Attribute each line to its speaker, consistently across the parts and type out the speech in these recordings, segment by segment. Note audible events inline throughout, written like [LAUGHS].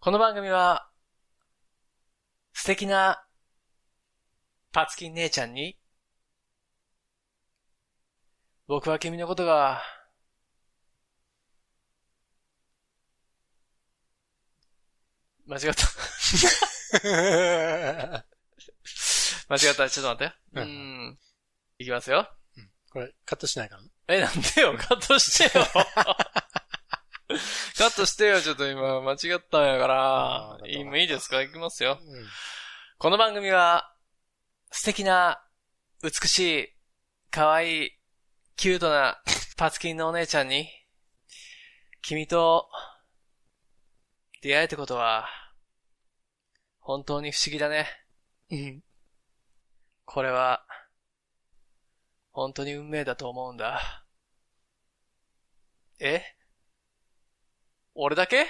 Speaker 1: この番組は、素敵な、パツキン姉ちゃんに、僕は君のことが、間違った。 [LAUGHS] 間違った。ちょっと待って。うーん。いきますよ。
Speaker 2: [LAUGHS] これ、カットしないからね。
Speaker 1: え、なんでよ、カットして [LAUGHS] よ。カットしてよ、ちょっと今、間違ったんやか
Speaker 2: あ
Speaker 1: ら。
Speaker 2: ー
Speaker 1: 今いいですかいきますよ。
Speaker 2: うん。
Speaker 1: この番組は、素敵な、美しい、可愛い、キュートな、パツキンのお姉ちゃんに、君と、出会えたことは、本当に不思議だね。
Speaker 2: うん。
Speaker 1: これは、本当に運命だと思うんだ。え俺だけ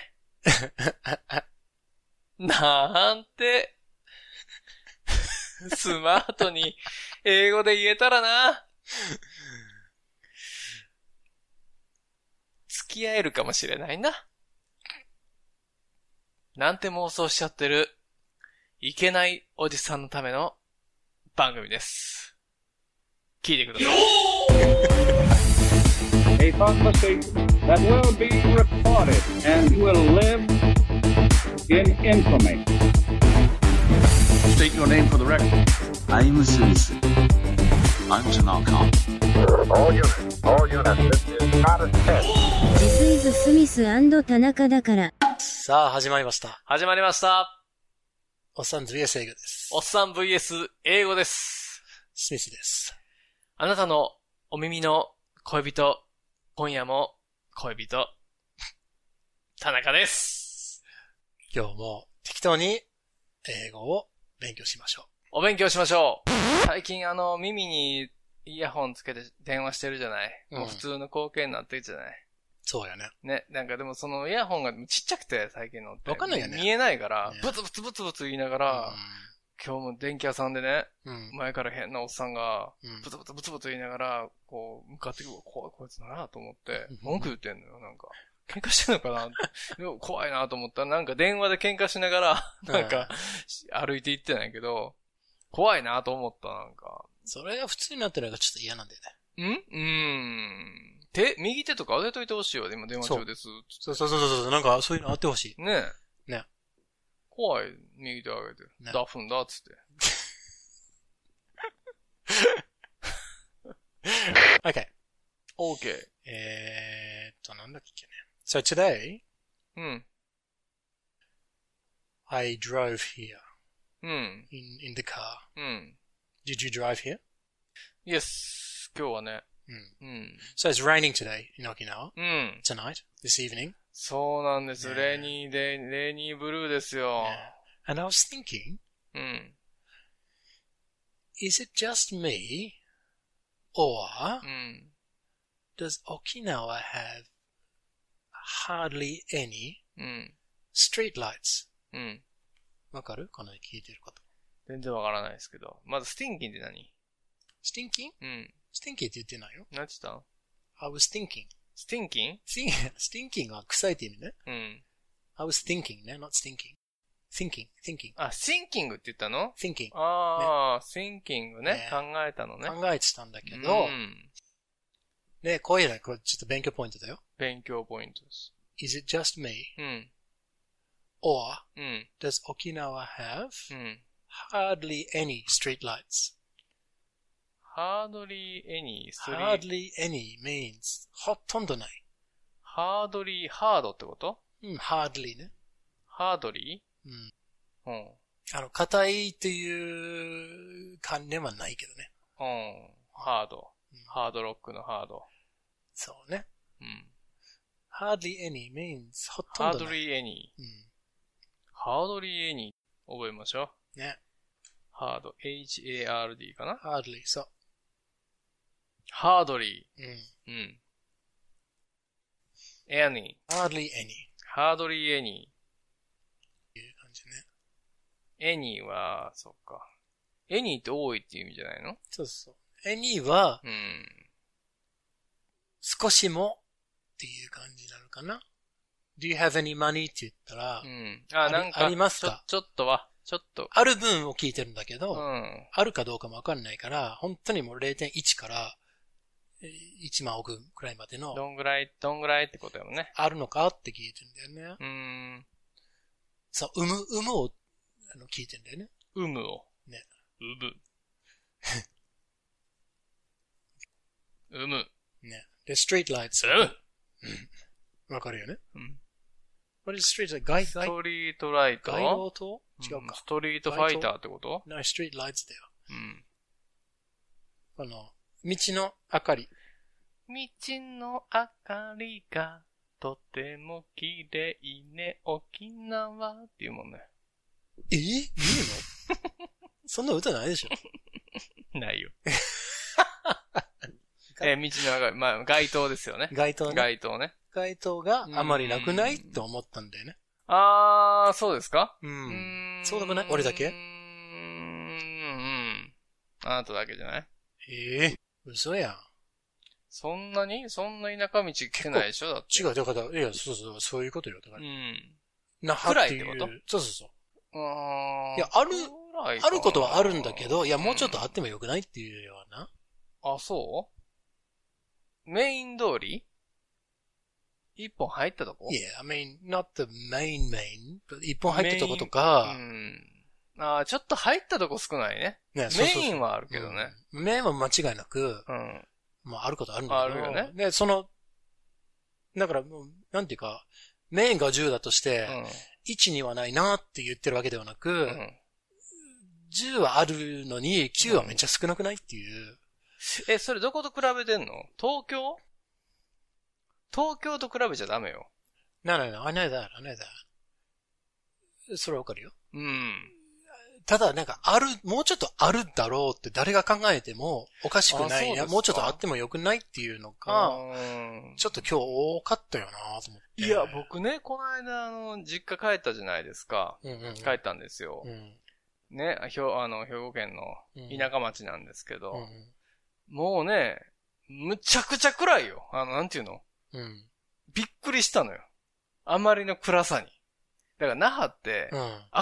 Speaker 1: なんて、スマートに英語で言えたらな。付き合えるかもしれないな。なんて妄想しちゃってる、いけないおじさんのための番組です。聞いてください。
Speaker 3: a prophecy that will be recorded and will live in infamy.
Speaker 4: State your name for the record.
Speaker 5: I'm a citizen. I'm Tanaka.
Speaker 6: All units, all units. This is not a test.
Speaker 7: ジスイズ・スミス田中だから。
Speaker 2: さあ、始まりました。
Speaker 1: 始まりました。
Speaker 2: おっさんずりえせいぐです。
Speaker 1: おっさん VS 英語です。
Speaker 2: スミスです。
Speaker 1: あなたのお耳の恋人、今夜も恋人、田中です。
Speaker 2: 今日も適当に英語を勉強しましょ
Speaker 1: お勉強しましょう。最近あの、耳にイヤホンつけて電話してるじゃない、
Speaker 2: うん。
Speaker 1: もう普通の光景になってるじゃないう
Speaker 2: そうやね。
Speaker 1: ね、なんかでもそのイヤホンがちっちゃくて、最近のって。
Speaker 2: わかんないよね
Speaker 1: 見えないから、
Speaker 2: ね
Speaker 1: ブツブツブツブツ言いながら、今日も電気屋さんでね、
Speaker 2: うん。うん。
Speaker 1: 前から変なおっさんが、
Speaker 2: うん
Speaker 1: ブツブツブツブツ言いながら、こう、向かってくる、怖いこいつだなと思って
Speaker 2: うん、
Speaker 1: 文句言ってんのよ、なんか。喧嘩してんのかな [LAUGHS] でも怖いなと思ったら、なんか電話で喧嘩しなが
Speaker 2: [LAUGHS]
Speaker 1: ら、 [LAUGHS] なんか、歩いて行ってないけど、怖いなと思った、なんか。
Speaker 2: それが普通になってるのがちょっと嫌なんだよね。
Speaker 1: んうーん。手、右手とか上げといてほしいよ、今電話中です。
Speaker 2: そうそうそうそう。なんか、そういうのあってほしい。
Speaker 1: ねえ。
Speaker 2: ね
Speaker 1: 怖い、右手上げて。
Speaker 2: ね
Speaker 1: ダフンだ、っつって。
Speaker 2: Okay.
Speaker 1: OK。
Speaker 2: えーっと、なんだっけね。So today,
Speaker 1: うん。
Speaker 2: I drove here
Speaker 1: うん。
Speaker 2: in, in the car.
Speaker 1: うん。
Speaker 2: Did you drive here?
Speaker 1: Yes. 今日はね。うん。
Speaker 2: So it's raining today in Okinawa.
Speaker 1: うん。
Speaker 2: Tonight, this evening.
Speaker 1: そうなんです。
Speaker 2: ねえ
Speaker 1: レーニーデイ、レーニーブルーですよ。
Speaker 2: And I was thinking,
Speaker 1: うん。
Speaker 2: is it just me or
Speaker 1: うん。
Speaker 2: does Okinawa have hardly any
Speaker 1: うん。
Speaker 2: street lights?
Speaker 1: うん。
Speaker 2: わかるこの聞いてること。
Speaker 1: 全然わからないですけど。まず、スティンキンって何
Speaker 2: stinking?
Speaker 1: うん。
Speaker 2: stinking って言ってないよ。
Speaker 1: なんて言ったの
Speaker 2: I was thinking.
Speaker 1: スティンキン
Speaker 2: Think- [LAUGHS] stinking は臭いって意味ね。
Speaker 1: うん。
Speaker 2: I was thinking ね、not stinking. thinking, thinking,
Speaker 1: あ、シンキングって言ったの
Speaker 2: thinking.
Speaker 1: ああ、シンキングね
Speaker 2: ね。
Speaker 1: 考えたのね。
Speaker 2: 考えてたんだけ
Speaker 1: うん
Speaker 2: ど、ね、こういうのはこれちょっと勉強ポイントだよ。
Speaker 1: 勉強ポイントです。
Speaker 2: Is it just me?
Speaker 1: うん。
Speaker 2: Or
Speaker 1: うん。
Speaker 2: does Okinawa have
Speaker 1: うん。
Speaker 2: hardly any street lights?
Speaker 1: ハードリーエニー、ストリー
Speaker 2: Hardly any means ほとんどない。
Speaker 1: ハードリー、ハードってこと
Speaker 2: うん、hardly ね。
Speaker 1: ハードリ
Speaker 2: うん。
Speaker 1: ーうん。
Speaker 2: あの、硬いっていう関連はないけどね。
Speaker 1: うん。ハード。ハードロックのハード。
Speaker 2: そうね。
Speaker 1: うん。
Speaker 2: hardly any means ほと
Speaker 1: ハー
Speaker 2: んど
Speaker 1: ド
Speaker 2: ない。
Speaker 1: リーエニー。
Speaker 2: うん。
Speaker 1: ハードリーエニー。覚えましょう。
Speaker 2: ね。
Speaker 1: ハード。H-A-R-D かな
Speaker 2: hardly, そ
Speaker 1: ハードリ
Speaker 2: う。うん。
Speaker 1: ー。うん。エニ
Speaker 2: hardly any
Speaker 1: ー。ハードリーエニ
Speaker 2: っていう感じね。
Speaker 1: ー。エニーは、そっか。エニーって多いっていう意味じゃないの
Speaker 2: そうそう。any は
Speaker 1: うん。
Speaker 2: 少しもっていう感じなのかな。 Do you have any money? って言ったら、
Speaker 1: うん。あ、
Speaker 2: あり
Speaker 1: なんか、
Speaker 2: ありますか
Speaker 1: ちょ、ちょっとは、ちょっと。
Speaker 2: ある分を聞いてるんだけど、
Speaker 1: うん。
Speaker 2: あるかどうかもわかんないから、本当にもう0.1からえー1万億くらいまでの、
Speaker 1: どんぐらい、どんぐらいってことやもんね。
Speaker 2: あるのかって聞いてるんだよね。
Speaker 1: うーん。
Speaker 2: そう、産む、産むをあの聞いてんだよね。
Speaker 1: 有無を。
Speaker 2: ね。
Speaker 1: [LAUGHS] うぶ。うむ。
Speaker 2: ね。で、ストリートライツ。
Speaker 1: う
Speaker 2: わかるよね。
Speaker 1: うん。
Speaker 2: What is street light? 街、
Speaker 1: ス
Speaker 2: 街、
Speaker 1: トリートライター
Speaker 2: 街道灯
Speaker 1: うん
Speaker 2: 違うか
Speaker 1: ス。トリートファイターってこと
Speaker 2: な、ストリートライツだよ。
Speaker 1: うん。
Speaker 2: あの、道の明かり。
Speaker 1: 道の明かりがとても綺麗ね、沖縄っていうもんね。 [LAUGHS]
Speaker 2: えいいのそんな歌ないでしょ。
Speaker 1: ないよ。 [LAUGHS] えー、道の明かり、まあ、街灯ですよね。
Speaker 2: 街灯ね。
Speaker 1: 街灯ね。
Speaker 2: 街灯があまりなくない
Speaker 1: うん
Speaker 2: と思ったんだよね。
Speaker 1: あー、そうですか
Speaker 2: う。
Speaker 1: うんーん
Speaker 2: そうでもない俺だけ
Speaker 1: うーん、うん。あなただけじゃない
Speaker 2: ええ嘘やん。
Speaker 1: そんなにそんな田舎道行けないでしょだって。
Speaker 2: 違う、だから、いや、そうそう、そういうことよ。だから、
Speaker 1: うん。
Speaker 2: 那覇っていう。
Speaker 1: 暗いって
Speaker 2: そうそうそう。
Speaker 1: あー
Speaker 2: いやある
Speaker 1: ぐらいか
Speaker 2: あ
Speaker 1: な
Speaker 2: ることはあるんだけど、いや、もうちょっとあってもよくないっていうような。
Speaker 1: あ、そうメイン通り一本入ったとこ
Speaker 2: いや、I mean, not the main main, but 一本入ったとことか
Speaker 1: う、ん。あーちょっと入ったとこ少ないね。
Speaker 2: ね、
Speaker 1: メイン
Speaker 2: は
Speaker 1: はあるけどね。。
Speaker 2: うんメインは間違いなく、
Speaker 1: うん。
Speaker 2: まあ、あることあるんだけど。
Speaker 1: あるよね
Speaker 2: で、その、だからもう、なんていうか、メインが10だとして、1にはないなって言ってるわけではなく、
Speaker 1: うん。うん
Speaker 2: 10はあるのに、9はめっちゃ少なくないっていう。
Speaker 1: え、それどこと比べてんの東京東京と比べちゃダメよ。
Speaker 2: ならな、あれだ、あれだ。それはわかるよ。
Speaker 1: うん。
Speaker 2: ただ、なんか、ある、もうちょっとあるだろうって誰が考えてもおかしく
Speaker 1: あ
Speaker 2: な
Speaker 1: そう
Speaker 2: い
Speaker 1: ですか
Speaker 2: ね。もうちょっとあってもよくないっていうのが、
Speaker 1: うん
Speaker 2: ちょっと今日多かったよなと思って。
Speaker 1: いや、僕ね、この間、あの、実家帰ったじゃないですか。
Speaker 2: うんうんうん、
Speaker 1: 帰ったんですよ
Speaker 2: う。ん
Speaker 1: ね、ひょあの、兵庫県の
Speaker 2: うん
Speaker 1: 田舎町なんですけど、
Speaker 2: うん
Speaker 1: もうね、むちゃくちゃ暗いよ。あの、なんていうの
Speaker 2: うん。
Speaker 1: びっくりしたのよ。あまりの暗さに。だから、那覇って
Speaker 2: う、ん。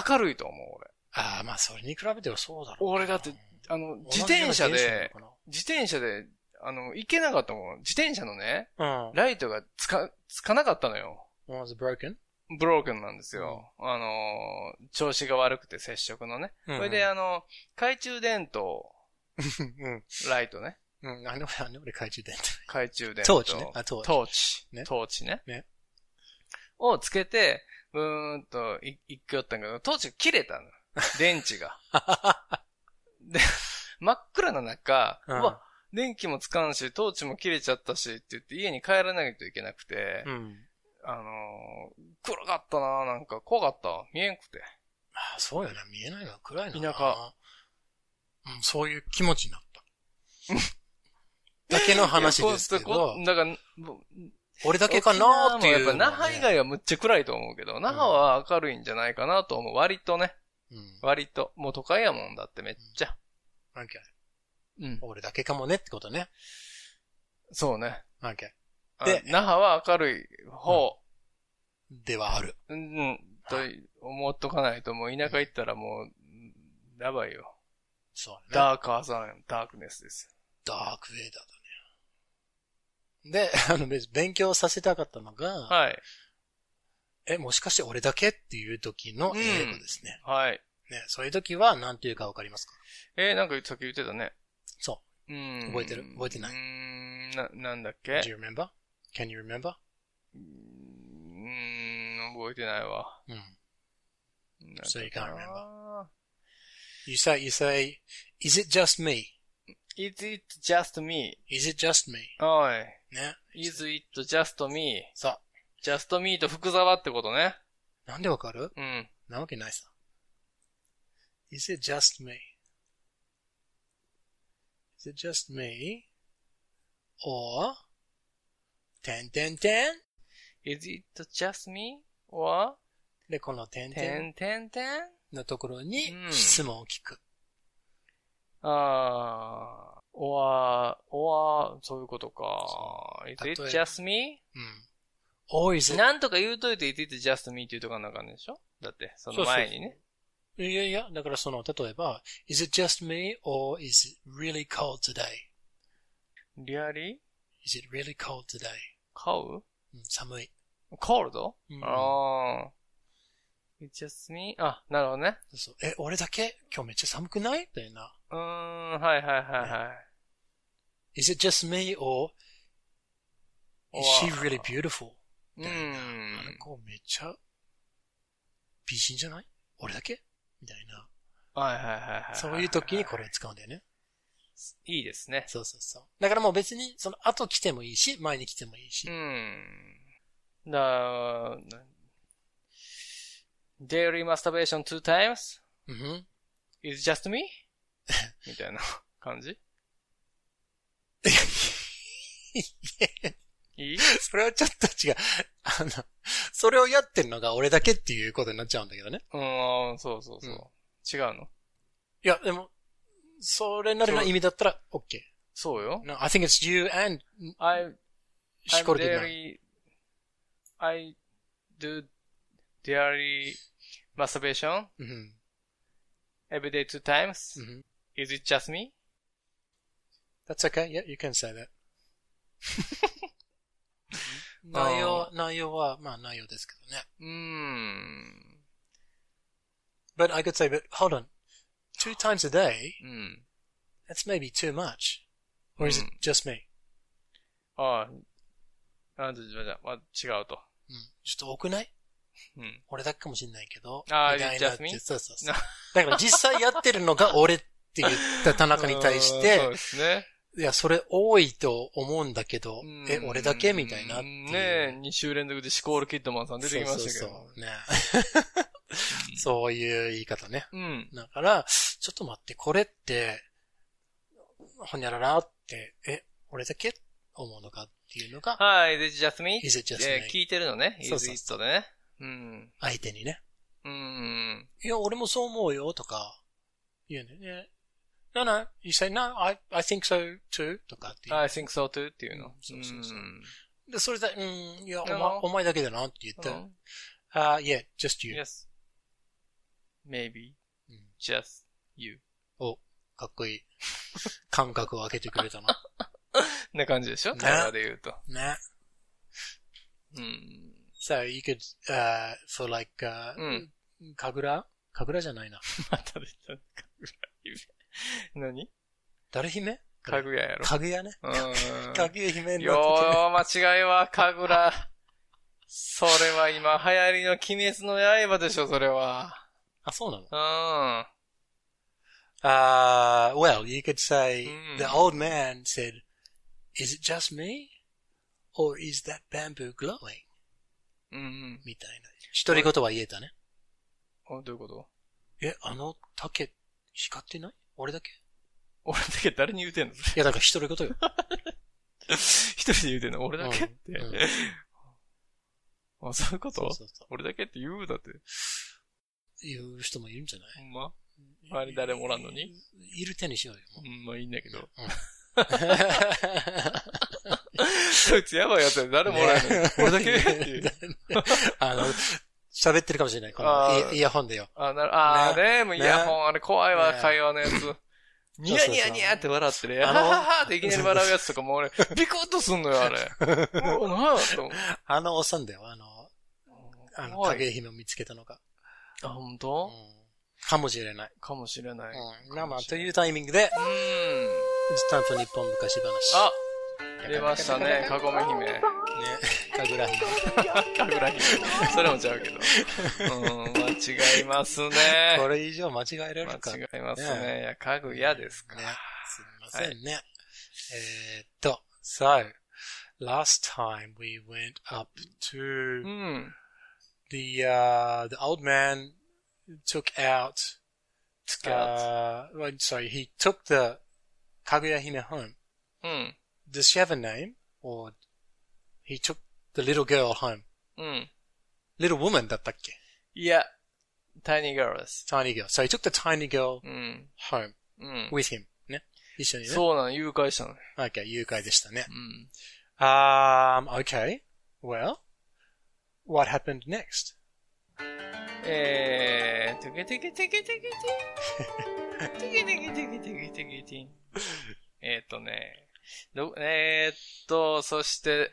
Speaker 1: 明るいと思う、俺。
Speaker 2: ああ、まあ、それに比べてはそうだろうな。
Speaker 1: 俺だって、あの、
Speaker 2: 同じ
Speaker 1: 自
Speaker 2: ような
Speaker 1: 転車
Speaker 2: 現象なの
Speaker 1: で
Speaker 2: か、な、
Speaker 1: 自転車で、あの、行けなかったもん。自転車のね、
Speaker 2: うん。
Speaker 1: ライトがつか、つかなかったのよ。
Speaker 2: was broken?
Speaker 1: ブロークンなんですよ。あのー、調子が悪くて接触のね。
Speaker 2: うん
Speaker 1: それで、あの、懐中電灯、
Speaker 2: うん。
Speaker 1: ライトね。
Speaker 2: うん。あの、あの、俺懐中電灯。
Speaker 1: 懐中電灯。
Speaker 2: 当時ね。あ、当時。
Speaker 1: トーチ。
Speaker 2: ね
Speaker 1: トーチね。
Speaker 2: ね
Speaker 1: をつけて、うーんと、い、行きよったんやけど、トーチが切れたの。電池
Speaker 2: [LAUGHS]
Speaker 1: が。で、真っ暗な中、う
Speaker 2: うん
Speaker 1: わ、電気もつかんし、トーチも切れちゃったし、って言って家に帰らないといけなくて、
Speaker 2: うん。
Speaker 1: あのー暗かったななんか怖かったわ見えんくて。
Speaker 2: まあ、そうよな。見えないのは暗いの
Speaker 1: 田舎。
Speaker 2: うん、そういう気持ちになった。
Speaker 1: [LAUGHS]
Speaker 2: だけの話ですけ
Speaker 1: いやこ
Speaker 2: ど
Speaker 1: うこう、だから、ぼ
Speaker 2: 俺だけかなーっていう
Speaker 1: 沖
Speaker 2: の
Speaker 1: 縄もや
Speaker 2: はね。
Speaker 1: っぱ那覇以外はむっちゃ暗いと思うけど、那覇は明るいんじゃないかなと思う。割とね。
Speaker 2: うん。
Speaker 1: 割と。もう都会やもんだってめっちゃ。
Speaker 2: オッケー
Speaker 1: うん。
Speaker 2: 俺だけかもねってことね。
Speaker 1: そうね。
Speaker 2: オッケ
Speaker 1: で
Speaker 2: で、
Speaker 1: 那覇は明るい方、
Speaker 2: ーではある。
Speaker 1: うん、と思っとかないと、もう田舎行ったらもう、やばいよ。
Speaker 2: そうね。
Speaker 1: ダークアザン、ダークネスです。
Speaker 2: ダークウェイダーだね。で、 [LAUGHS] あの、別に勉強させたかったのが、
Speaker 1: はい。
Speaker 2: え、もしかして俺だけっていう時の英語ですね。
Speaker 1: はい。
Speaker 2: ね、そういう時は何て言うかわかりますか
Speaker 1: えー、なんかさっき言ってたね。
Speaker 2: そう
Speaker 1: ーん。
Speaker 2: 覚えてる覚えてないう
Speaker 1: ーん、な、なんだっ
Speaker 2: う。
Speaker 1: け
Speaker 2: Do you remember? Can you remember?
Speaker 1: うーん、覚えてないわ。
Speaker 2: うん。
Speaker 1: なんだっ
Speaker 2: So you
Speaker 1: け
Speaker 2: can't
Speaker 1: な
Speaker 2: You say, you say, is it just me?Is
Speaker 1: Is it just me?
Speaker 2: it just me?
Speaker 1: お
Speaker 2: ね。
Speaker 1: い。Is it just me?
Speaker 2: さあ、
Speaker 1: just me と福沢ってことね。
Speaker 2: なんでわかる
Speaker 1: うん。
Speaker 2: なわけないさ。Is it just me?Is it just me? or てんてんてん
Speaker 1: Is it just me? or
Speaker 2: で、このてんて
Speaker 1: て
Speaker 2: ん
Speaker 1: んてんてん
Speaker 2: のところに
Speaker 1: うん
Speaker 2: 質問を聞く。
Speaker 1: あー。or, or, そういうことか。Is
Speaker 2: 例
Speaker 1: it
Speaker 2: えば
Speaker 1: just me?
Speaker 2: うん。 always
Speaker 1: なんとか言うといて、いていて just me っていうとかなんかあるんでしょだって、その前にね。
Speaker 2: いやいや、だからその、例えば、is it just me or is it really cold today?is
Speaker 1: リアリー
Speaker 2: it really cold today?
Speaker 1: 買う
Speaker 2: うん寒い。
Speaker 1: cold?
Speaker 2: うん
Speaker 1: ああ。it's just me? あ、なるほどね。
Speaker 2: そうえ、俺だけ今日めっちゃ寒くないみたいな。
Speaker 1: うーん、はいはいはいはい。
Speaker 2: is it just me or is she really beautiful?
Speaker 1: うーん
Speaker 2: あ。の子めっちゃ美人じゃない俺だけみたいな。
Speaker 1: はいはいはいはい。
Speaker 2: そういう時にこれ使うんだよね。
Speaker 1: いいですね。
Speaker 2: そうそうそう。だからもう別に、その後来てもいいし、前に来てもいいうし。
Speaker 1: ーん。だ、な daily masturbation two times
Speaker 2: うんふん。 [LAUGHS]
Speaker 1: is just me? みたいな感じいい
Speaker 2: それはちょっと違う。あの、それをやってるのが俺だけっていうことになっちゃうんだけどね。
Speaker 1: うーん、そうそうそう。
Speaker 2: うん
Speaker 1: 違うの
Speaker 2: いや、でも、それなりの意味だったら OK。
Speaker 1: そうよ。
Speaker 2: No, I think it's you and
Speaker 1: I, I'm
Speaker 2: しこるでない。
Speaker 1: daily, I do daily masturbation
Speaker 2: うんふん
Speaker 1: every day two times.
Speaker 2: うんふん
Speaker 1: Is it just me?
Speaker 2: That's okay. Yeah, you can [LAUGHS] say that. 内容、内容は、まあ内容ですけどね。
Speaker 1: うーん。
Speaker 2: But I could say, but hold on. Two times a day,
Speaker 1: うん。
Speaker 2: that's maybe too much. Or is it
Speaker 1: Mm.
Speaker 2: just me?
Speaker 1: ああ、あ、じゃじゃじゃ、まあ、違うと。
Speaker 2: うん。ちょっと多くない
Speaker 1: うん。
Speaker 2: 俺だけかもしんないけど。
Speaker 1: あー
Speaker 2: みたいな
Speaker 1: just me？
Speaker 2: そうそうそ
Speaker 1: [LAUGHS]
Speaker 2: う。
Speaker 1: な
Speaker 2: だから実際やってるのが俺って言った田中に対
Speaker 1: [LAUGHS]
Speaker 2: し
Speaker 1: うーんそう
Speaker 2: て
Speaker 1: で、すね。
Speaker 2: いや、それ多いと思うんだけど
Speaker 1: う、
Speaker 2: え、
Speaker 1: ん
Speaker 2: 俺だけみたいなっていう。
Speaker 1: ねえ、2週連続でシコールキッドマンさん出てきましたけど。
Speaker 2: そうそうそうねそういう言い方ね。
Speaker 1: うん。
Speaker 2: だから、ちょっと待って、これって、ほにゃららって、え、俺だけ思うのかっていうのが、
Speaker 1: はい、で、ジャスミン
Speaker 2: is it just
Speaker 1: えー
Speaker 2: me?
Speaker 1: 聞いてるのね。イ
Speaker 2: そう
Speaker 1: ズ
Speaker 2: そ
Speaker 1: イ
Speaker 2: う
Speaker 1: ッ
Speaker 2: そ
Speaker 1: トでね。うん。
Speaker 2: 相手にね。
Speaker 1: うん。
Speaker 2: いや、俺もそう思うよとか、言うね。ね No, no, you say, no, I, I think so too とかっていう。
Speaker 1: I think so too っていうの。
Speaker 2: そうそうそうんで、それで、うん、いや、お前
Speaker 1: No.、
Speaker 2: お前だけだなって言っ
Speaker 1: う
Speaker 2: たら、
Speaker 1: ん
Speaker 2: あ、いや、just you.
Speaker 1: Yes. Maybe.
Speaker 2: うん
Speaker 1: Just you.
Speaker 2: かっこいい。感覚を開けてくれた [LAUGHS] な。
Speaker 1: な感じでしょ
Speaker 2: ね
Speaker 1: 台湾で言うと。
Speaker 2: ね。 [LAUGHS]
Speaker 1: うん。
Speaker 2: So, you could, uh, for like,
Speaker 1: う
Speaker 2: uh,
Speaker 1: ん。
Speaker 2: かぐらかぐらじゃないな。
Speaker 1: また出た。かぐや姫。 [LAUGHS] 何
Speaker 2: 誰姫
Speaker 1: かぐややろ。
Speaker 2: かぐやね。
Speaker 1: うん。
Speaker 2: かぐや姫の
Speaker 1: よ
Speaker 2: 時ね。
Speaker 1: ー、間違いは、かぐら。それは今流行りの鬼滅の刃でしょ、それは。
Speaker 2: あ、そうなの
Speaker 1: うん。あ
Speaker 2: Uh, well, you could say,
Speaker 1: Mm.
Speaker 2: the old man said, is it just me? Or is that bamboo glowing?
Speaker 1: うん。
Speaker 2: みたいな。一人言は言えたね。
Speaker 1: おどういうこと
Speaker 2: え、あの竹、光ってない俺だけい
Speaker 1: 俺だけ誰に言うてんの [LAUGHS]
Speaker 2: や、だから一人言よ。
Speaker 1: 一人で言うてんの俺だけっ
Speaker 2: うんう
Speaker 1: て。あ、そういうこと
Speaker 2: そうそうそう。
Speaker 1: 俺だけって言うだって。
Speaker 2: 言う人もいるんじゃな
Speaker 1: ほ
Speaker 2: い
Speaker 1: んま周り誰もおらんのに
Speaker 2: いる手に
Speaker 1: [LAUGHS]
Speaker 2: しようよ。
Speaker 1: ほ
Speaker 2: もうん
Speaker 1: まいいんだけど。
Speaker 2: 誰
Speaker 1: そいつやばいやつやで誰もおらんの
Speaker 2: [LAUGHS]
Speaker 1: に俺だけっていう。
Speaker 2: あの、喋ってるかもしれない。こ
Speaker 1: あ
Speaker 2: の
Speaker 1: ー
Speaker 2: イイヤホンでよ。
Speaker 1: あ、なる、あー
Speaker 2: ね
Speaker 1: ね、もうイヤホン、あれ怖いわ、
Speaker 2: ね
Speaker 1: 会話のや
Speaker 2: [LAUGHS]
Speaker 1: つ。ニヤニヤニヤって笑ってね、
Speaker 2: あ
Speaker 1: あ
Speaker 2: の
Speaker 1: はははっていきなり笑うやつとかもう俺、
Speaker 2: [LAUGHS]
Speaker 1: ビクッとすんのよ、あれ。おなんやと思う
Speaker 2: あのおっさんだよ。あの、あの、
Speaker 1: 怖い
Speaker 2: 影姫を見つけたのが。
Speaker 1: あ、本
Speaker 2: うん
Speaker 1: 当
Speaker 2: かもしれない。
Speaker 1: かもしれない。う
Speaker 2: うん。まあまあ、というタイミングで、
Speaker 1: ーん。
Speaker 2: It's time for 日本昔話。
Speaker 1: あ、出ましたね、かごめ姫。
Speaker 2: ね。かぐら姫。
Speaker 1: かぐら姫。それもちゃうけど。うーん、間違いますね。
Speaker 2: これ以上間違えられるか。
Speaker 1: 間違います
Speaker 2: ね
Speaker 1: ね。いや、家具屋ですか
Speaker 2: ね。。すみませんね。えーっと、so, last time we went up
Speaker 1: う
Speaker 2: to
Speaker 1: ん。
Speaker 2: the, uh, the old man took out,
Speaker 1: 付き合
Speaker 2: uh, well, sorry, he took the Kaguya Hime home.
Speaker 1: う。うん。
Speaker 2: Does she have a name? Or he took the little girl home.
Speaker 1: うん。
Speaker 2: Little woman だったっけ
Speaker 1: いや、タイニーガールです。
Speaker 2: ?tiny girl. So he took the tiny girl
Speaker 1: うん。
Speaker 2: home
Speaker 1: うん。
Speaker 2: with him. ね。一緒にね。
Speaker 1: そうなの、誘拐したの。
Speaker 2: Okay, 誘拐でしたね
Speaker 1: う。ん。
Speaker 2: Um, okay. Well, what happened next?
Speaker 1: えー、トゥケテケテケテケティン。トゥケテケテケテケテケティン。えーっとね、ど、えー、っと、そして、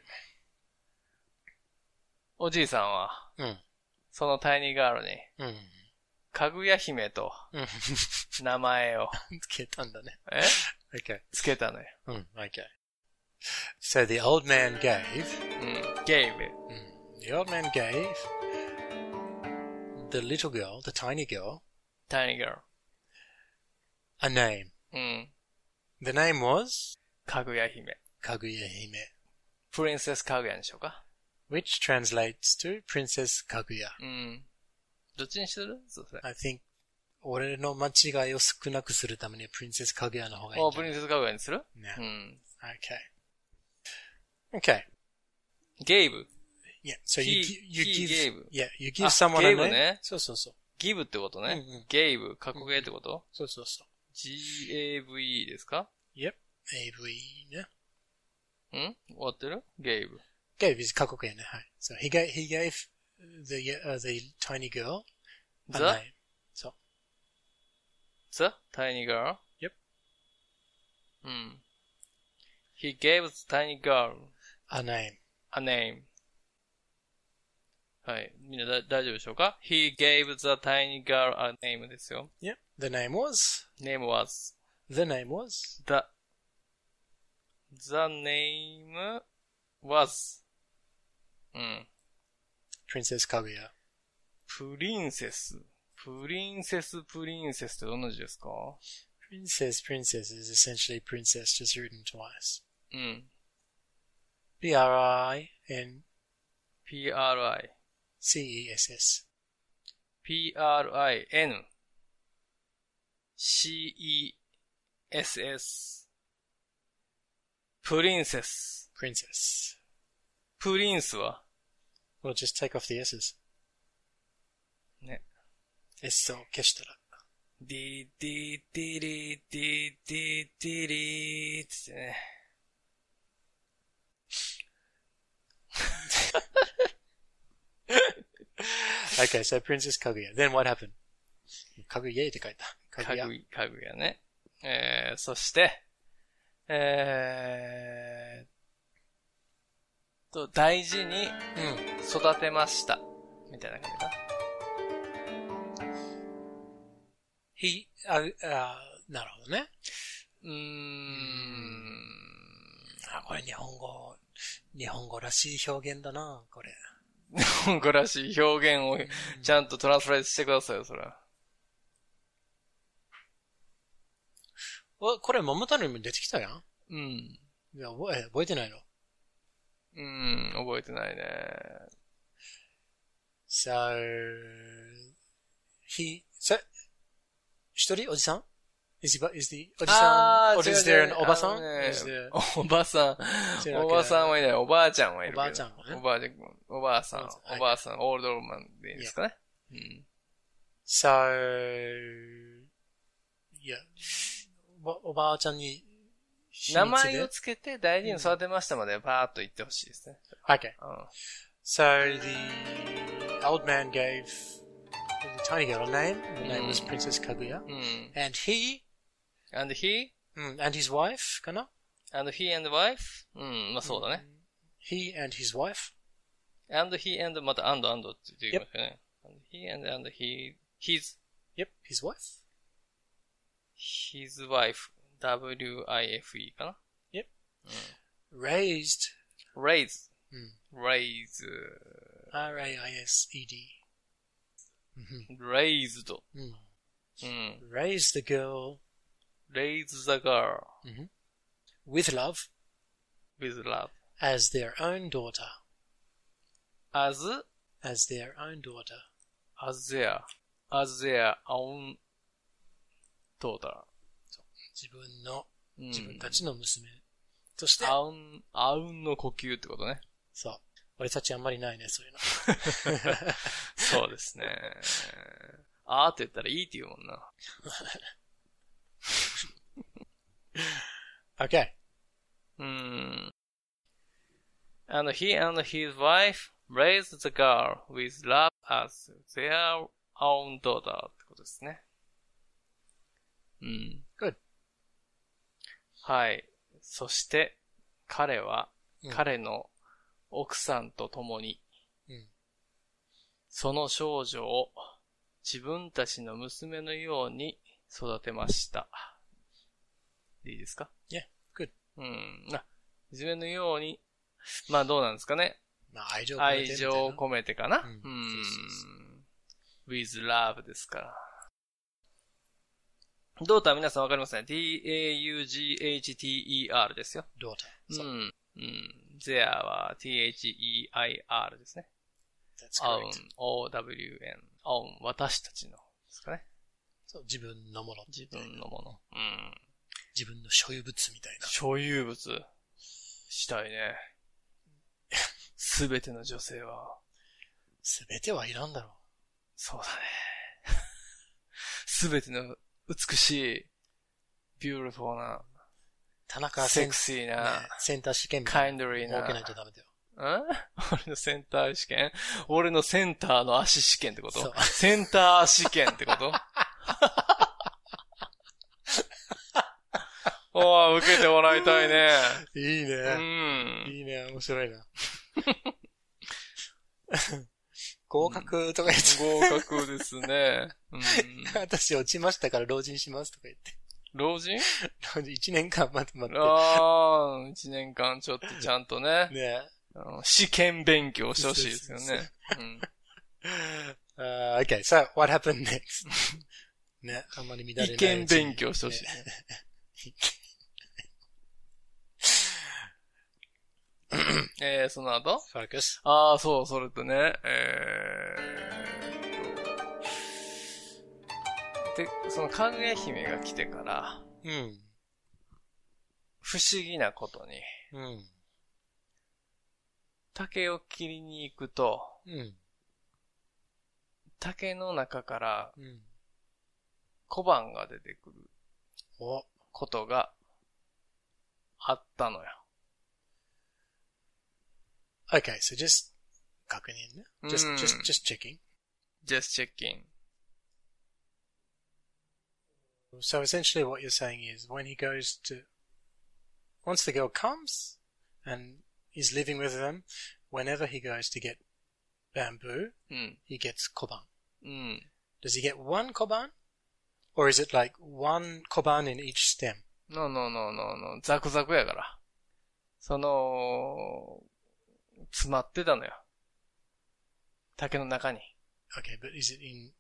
Speaker 1: おじいさんは、
Speaker 2: うん。
Speaker 1: そのタイニーガールに、
Speaker 2: [LAUGHS] うん。
Speaker 1: かぐや姫と
Speaker 2: うん。
Speaker 1: 名前
Speaker 2: [LAUGHS]
Speaker 1: を、
Speaker 2: 消えたんだね。
Speaker 1: え
Speaker 2: Okay.
Speaker 1: つけたのよ。
Speaker 2: Mm, okay. So the old man gave.
Speaker 1: うん。ゲイブ。
Speaker 2: mm, The old man gave the little girl, the tiny girl,
Speaker 1: タイニーガー
Speaker 2: a name.
Speaker 1: ル。うん。
Speaker 2: The name was
Speaker 1: かぐや姫。
Speaker 2: Kaguya Hime,
Speaker 1: プリンセスかぐやにしようか。
Speaker 2: which translates to Princess Kaguya.
Speaker 1: うん。どっちにするそうそれ。
Speaker 2: I think 俺の間違いを少なくするためには Princess Kaguya の方がいいん
Speaker 1: お、
Speaker 2: じゃ
Speaker 1: プ
Speaker 2: な
Speaker 1: リ
Speaker 2: い
Speaker 1: ンセスかぐやにする
Speaker 2: ね
Speaker 1: うん。
Speaker 2: Okay. Okay.
Speaker 1: ゲイブ。
Speaker 2: Yeah. So you,
Speaker 1: He-
Speaker 2: gi- you
Speaker 1: he
Speaker 2: give,
Speaker 1: gave.
Speaker 2: yeah, you give
Speaker 1: あ
Speaker 2: someone a
Speaker 1: gave
Speaker 2: name.
Speaker 1: ね
Speaker 2: そうそうそう。
Speaker 1: ギブってことね。
Speaker 2: うんうん
Speaker 1: ゲイブ、格ゲーってこと、
Speaker 2: そうそうそう。
Speaker 1: ?GAVE ですか
Speaker 2: Yep. AV ね。
Speaker 1: ん終わってるゲイブ。
Speaker 2: gave is 過去形ね。はい。So he gave, he gave the,、uh, the tiny girl a
Speaker 1: The?
Speaker 2: name. そう。
Speaker 1: The tiny girl?
Speaker 2: Yep.
Speaker 1: うん。He gave the tiny girl
Speaker 2: a name.
Speaker 1: a name. はい。みんなだ大丈夫でしょうか ?He gave the tiny girl a name ですよ。
Speaker 2: Yep. The name was,
Speaker 1: name was
Speaker 2: the name was,
Speaker 1: the, the name was, うん。
Speaker 2: Princess Kaguya.
Speaker 1: プリンセス。プリンセス、プリンセスってどんな字ですか
Speaker 2: Princess, princess is essentially princess just written twice.
Speaker 1: うん。
Speaker 2: B-R-I-N-C-E-S-S.
Speaker 1: pri,
Speaker 2: E
Speaker 1: prin, cess, プリンセス。
Speaker 2: Princess.
Speaker 1: プリンスは
Speaker 2: Well, just take off the S's.
Speaker 1: ね。
Speaker 2: S を消したら。
Speaker 1: ディディディリディディディリーってね。
Speaker 2: Okay, so Princess Kaguya. Then what happened? かぐやって書いた。か
Speaker 1: か
Speaker 2: ぐや。
Speaker 1: ぐ、かぐやね。えー、そして、えー、と、大事に
Speaker 2: う
Speaker 1: 育てました。みたいな感じか
Speaker 2: He, あ、あ、なるほどね。
Speaker 1: うーん。
Speaker 2: あ、これ日本語、日本語らしい表現だな、これ。
Speaker 1: 日本語らしい表現をちゃんとトランスフレートしてくださいよ、それは。
Speaker 2: お、これ桃太郎にも出てきたやん
Speaker 1: うん。
Speaker 2: いや、覚え、覚えてないの
Speaker 1: うん、覚えてないね。
Speaker 2: So, he, so, 一人おじさん ?is he, is the, おじさ
Speaker 1: あ
Speaker 2: ん ?or
Speaker 1: ー違う
Speaker 2: is there
Speaker 1: 違
Speaker 2: an
Speaker 1: う
Speaker 2: おばさ
Speaker 1: あ
Speaker 2: ん、
Speaker 1: のね
Speaker 2: is there-
Speaker 1: おばさ
Speaker 2: 違
Speaker 1: ん。
Speaker 2: う
Speaker 1: おばさんはいない。おばあちゃんはいるけど。
Speaker 2: おばあちゃんはね
Speaker 1: おばあちゃん。おばあさん。
Speaker 2: はい
Speaker 1: おばあさん。オールドマンでいいですかね。うん。
Speaker 2: So, yeah. おばおばあちゃんに、
Speaker 1: 名前を
Speaker 2: を
Speaker 1: つけて大事に育てましたまでパーッと言ってほしいですね。
Speaker 2: Okay.
Speaker 1: うん
Speaker 2: So the old man gave the tiny girl a name. The name was
Speaker 1: Mm.
Speaker 2: Princess Kaguya.
Speaker 1: うん。
Speaker 2: And he,
Speaker 1: and he,
Speaker 2: mm, and his wife, Kana? Mm.
Speaker 1: and he and wife? Hmm, うん、まあそうだね。
Speaker 2: He and his wife.
Speaker 1: and he and また and and って言ってますよね。and he and and he, his,
Speaker 2: Yep, his wife.
Speaker 1: his wife, w-i-f-e かな
Speaker 2: Raised.
Speaker 1: ?raise,
Speaker 2: うん
Speaker 1: raise,
Speaker 2: R-A-I-S-E-D.
Speaker 1: raised.
Speaker 2: Mm.
Speaker 1: うん。
Speaker 2: Raised the girl
Speaker 1: Mm. raise the girl
Speaker 2: with love
Speaker 1: with love
Speaker 2: as their own daughter.
Speaker 1: as,
Speaker 2: As their own daughter.
Speaker 1: as their, as their own daughter. Mm.
Speaker 2: 自分の、
Speaker 1: うん
Speaker 2: 自分たちの娘。として、
Speaker 1: あうん、あうんの呼吸ってことね。
Speaker 2: そう。俺たちあんまりないね、そういうの。
Speaker 1: そうですね。あーって言ったらいいって言うもんな。
Speaker 2: okay.
Speaker 1: うーん。And he and his wife raise the girl with love as their own daughter ってことですね。うん。
Speaker 2: Good.
Speaker 1: はい。そして、彼は
Speaker 2: うん、
Speaker 1: 彼の奥さんと共に、
Speaker 2: うん
Speaker 1: その少女を自分たちの娘のように育てました。でいいですか
Speaker 2: Yeah, good.
Speaker 1: うん。あ、いじめのように、まあどうなんですかね。
Speaker 2: まあ、愛情込めて
Speaker 1: 愛
Speaker 2: みたいな
Speaker 1: 情を込めてかな。
Speaker 2: う
Speaker 1: う
Speaker 2: んそ
Speaker 1: ん
Speaker 2: うそうそ。
Speaker 1: with love ですから。ドーター皆さんわかりますね。d-a-u-g-h-t-e-r ですよ。
Speaker 2: どうだ
Speaker 1: う。
Speaker 2: そうん
Speaker 1: うん。there は t-h-e-i-r ですね。
Speaker 2: That's
Speaker 1: own,
Speaker 2: correct.
Speaker 1: o-w-n, own, 私たちの。ですかね。
Speaker 2: そう自分のもの。
Speaker 1: 自分のもの。うん。
Speaker 2: 自分の所有物みたいな。
Speaker 1: 所有物したい
Speaker 2: [LAUGHS]
Speaker 1: ね。すべての女性は、
Speaker 2: すべてはいらんだろ
Speaker 1: そうだね。すべての美しい、ビューティフォーな、
Speaker 2: う。田中
Speaker 1: セ
Speaker 2: 先
Speaker 1: ク
Speaker 2: 生、
Speaker 1: シー
Speaker 2: ね
Speaker 1: な、
Speaker 2: センター試験日
Speaker 1: カインドリー
Speaker 2: 設
Speaker 1: な。
Speaker 2: けないとダメだよ。
Speaker 1: ん [LAUGHS] 俺のセンター試験俺のセンターの足試験ってこ
Speaker 2: そ
Speaker 1: と
Speaker 2: う
Speaker 1: センター試験ってこと [LAUGHS] おー、受けてもらいたいね。
Speaker 2: いいうね。
Speaker 1: ん。
Speaker 2: いいね。面白
Speaker 1: [LAUGHS]
Speaker 2: いな。合格とか言って、
Speaker 1: 合格ですね。うん。
Speaker 2: 私落ちましたから老人しますとか言って。
Speaker 1: 老
Speaker 2: [LAUGHS]
Speaker 1: 人
Speaker 2: 老人一年間待って待っ
Speaker 1: ああ、一年間ちょっとちゃんとね
Speaker 2: て。、ね
Speaker 1: あの試験勉強してほしいですよ
Speaker 2: そうそ
Speaker 1: ね。うん。
Speaker 2: Uh, okay, so what happened next? [LAUGHS] ね、あんまり乱れない。
Speaker 1: 意見勉強してほしい
Speaker 2: ね。
Speaker 1: えー、その後
Speaker 2: Focus.
Speaker 1: ああ、そう、それとね、えー、で、そのかぐや姫が来てから、
Speaker 2: うん。
Speaker 1: 不思議なことに、
Speaker 2: うん。
Speaker 1: 竹を切りに行くと、
Speaker 2: うん。
Speaker 1: 竹の中から
Speaker 2: うん。
Speaker 1: 小判が出てくる
Speaker 2: お、
Speaker 1: ことがあったのよ。
Speaker 2: okay, so just 確認ね。just,
Speaker 1: うん
Speaker 2: just, just checking.
Speaker 1: just checking.
Speaker 2: So essentially what you're saying is when he goes to, once the girl comes and is living with them, whenever he goes to get bamboo,
Speaker 1: うん。
Speaker 2: he gets koban.
Speaker 1: うん。
Speaker 2: Does he get one koban? Or is it like one koban in each stem?
Speaker 1: no, no, no, no, no. ザクザクやから。その、詰まってたのよ。竹の中に。
Speaker 2: Okay, but is it in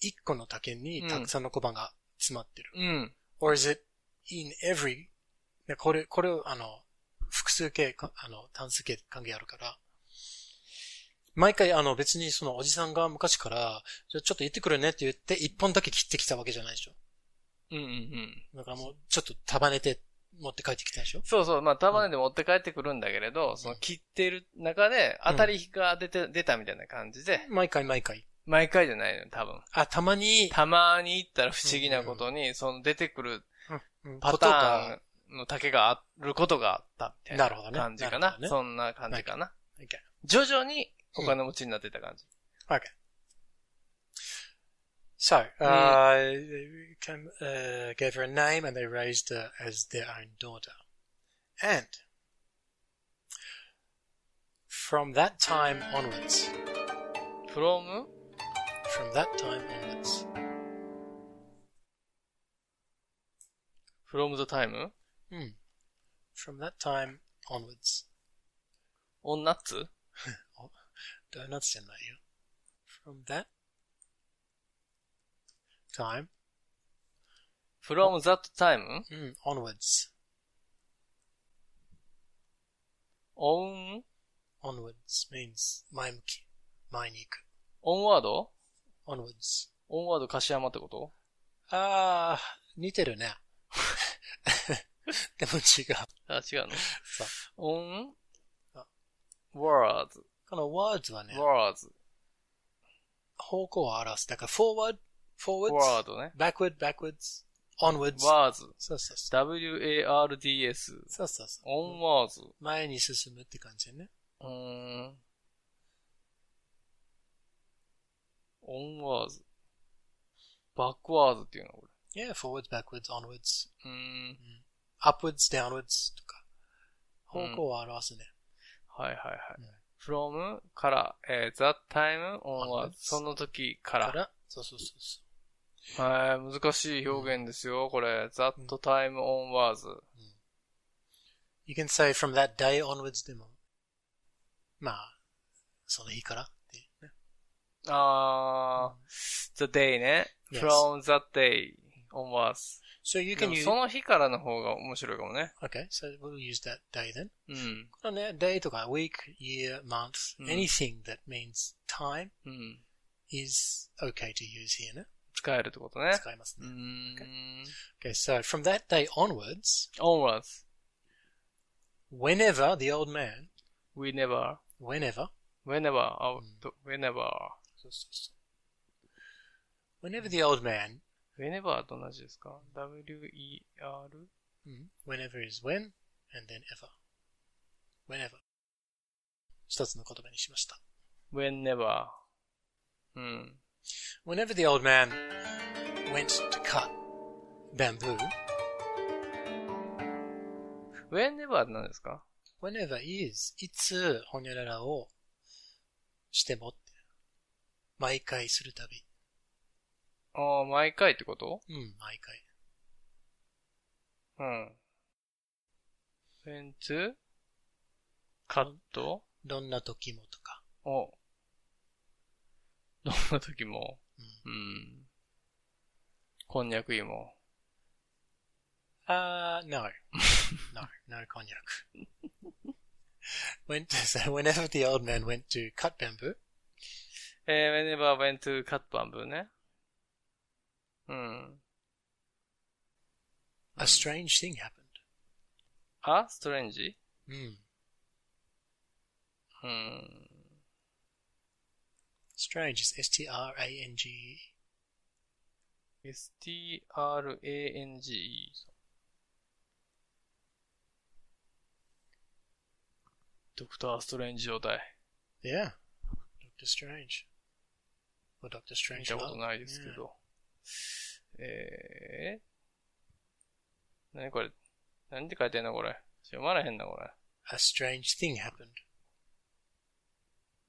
Speaker 2: 一個の竹にたくさんの小判が詰まってる、
Speaker 1: うん。
Speaker 2: ?or is it in every でこれ、これをあの、複数形か、あの、単数形関係あるから、毎回あの別にそのおじさんが昔から、じゃあちょっと行ってくるねって言って一本だけ切ってきたわけじゃないでしょ。
Speaker 1: うんうんうん。
Speaker 2: だからもうちょっと束ねて持って帰ってきたでしょ。
Speaker 1: そうそう。まあ、束ねて持って帰ってくるんだけれど、その切ってる中で当たりが出て、出たみたいな感じで、
Speaker 2: 毎回毎回。
Speaker 1: 毎回じゃないのよ、多分。
Speaker 2: あ、たまに、
Speaker 1: たまに行ったら不思議なことに、その出てくるパ
Speaker 2: こ
Speaker 1: タ
Speaker 2: とが
Speaker 1: ーンの竹があることがあったみた
Speaker 2: ないるほど
Speaker 1: な
Speaker 2: ね
Speaker 1: 感じかな
Speaker 2: なるほ。どね
Speaker 1: そんな感じかな。
Speaker 2: Okay.
Speaker 1: 徐々にお金持ちになってた感じ。
Speaker 2: Okay. So, uh, they came, uh, gave her a name and they raised her as their own daughter. And from that time onwards,
Speaker 1: from?
Speaker 2: from that time onwards,
Speaker 1: from the time?
Speaker 2: hmm, from that time onwards,
Speaker 1: on nuts?
Speaker 2: donuts in that year. From that time
Speaker 1: from that time?
Speaker 2: hmm, onwards,
Speaker 1: on?
Speaker 2: onwards means 前向き,前に行く,
Speaker 1: onward?
Speaker 2: onwards.
Speaker 1: オンワード柏山ってこと
Speaker 2: ああ、似てるね。 [LAUGHS] でも違う。
Speaker 1: あ、違うの
Speaker 2: そう
Speaker 1: オン
Speaker 2: あ
Speaker 1: words,
Speaker 2: この words はね、
Speaker 1: words,
Speaker 2: 方向を表す。だから forward, forwards,
Speaker 1: word ね。
Speaker 2: backward, backwards, onwards.
Speaker 1: words,
Speaker 2: そうそうそう。
Speaker 1: w-a-r-d-s,
Speaker 2: そうそうそ
Speaker 1: onwards,
Speaker 2: う。前に進むって感じね。
Speaker 1: うーんオンワーズ。バックワーズっていうの、俺。
Speaker 2: Yeah, forwards, backwards, onwards,
Speaker 1: うーん。
Speaker 2: upwards, downwards とか、方向を表すね。
Speaker 1: はいはいはい
Speaker 2: うん。
Speaker 1: from から、えー、that time onwards
Speaker 2: Onwards。
Speaker 1: その時か。
Speaker 2: からら、そうそうそうそ
Speaker 1: はい、難しい表現ですよ、これ。that time onwards。
Speaker 2: う。You can say from that day onwards でも、まあ、その日からっていうね。
Speaker 1: あー、the day ね。
Speaker 2: Yes
Speaker 1: from that day onwards。
Speaker 2: So you
Speaker 1: で
Speaker 2: can
Speaker 1: も
Speaker 2: use,
Speaker 1: その日からの方が面白いかもね。
Speaker 2: okay, so we'll use that day then.
Speaker 1: うん。
Speaker 2: このね、day とか week, year, month,
Speaker 1: うん
Speaker 2: anything that means time
Speaker 1: うん。
Speaker 2: is okay to use here ね。
Speaker 1: 使えるってことね。
Speaker 2: 使います
Speaker 1: うー
Speaker 2: ね。
Speaker 1: ん。
Speaker 2: Okay, so from that day onwards,
Speaker 1: onwards。
Speaker 2: whenever the old man,
Speaker 1: we never,
Speaker 2: whenever,
Speaker 1: whenever, あ
Speaker 2: うん
Speaker 1: whenever,
Speaker 2: そうそうそう whenever the old man,
Speaker 1: whenever と同じですか ?w-e-r?
Speaker 2: hmm, whenever is when, and then ever. whenever. 一つの言葉にしました。
Speaker 1: whenever. うん。
Speaker 2: Whenever the old man went to cut bamboo,
Speaker 1: whenever って何ですか
Speaker 2: whenever is, いつ、ほにゃららをしてもって。毎回するたび。
Speaker 1: ああ、毎回ってこと
Speaker 2: うん、毎回。
Speaker 1: うん。went to cut?
Speaker 2: どんな時もとか。
Speaker 1: お。どんな時も。うん。こんにゃく芋。
Speaker 2: あー、no. no, no こんにゃく。went to, so whenever the old man went to cut bamboo,
Speaker 1: えー、whenever went to cut bamboo ね。うん。
Speaker 2: a strange thing happened. Mm.
Speaker 1: あストレンジ
Speaker 2: うん。
Speaker 1: うん。
Speaker 2: strange is S-T-R-A-N-G-E.
Speaker 1: strange. ドクターストレンジ状態。
Speaker 2: Yeah. Doctor Strange. Or Doctor
Speaker 1: 見
Speaker 2: Strange.
Speaker 1: たこと
Speaker 2: Love.
Speaker 1: ないですけ
Speaker 2: Yeah.
Speaker 1: ど。えー、何これ何て書いてんのこれ。読まれへんなこれ。
Speaker 2: A strange thing happened.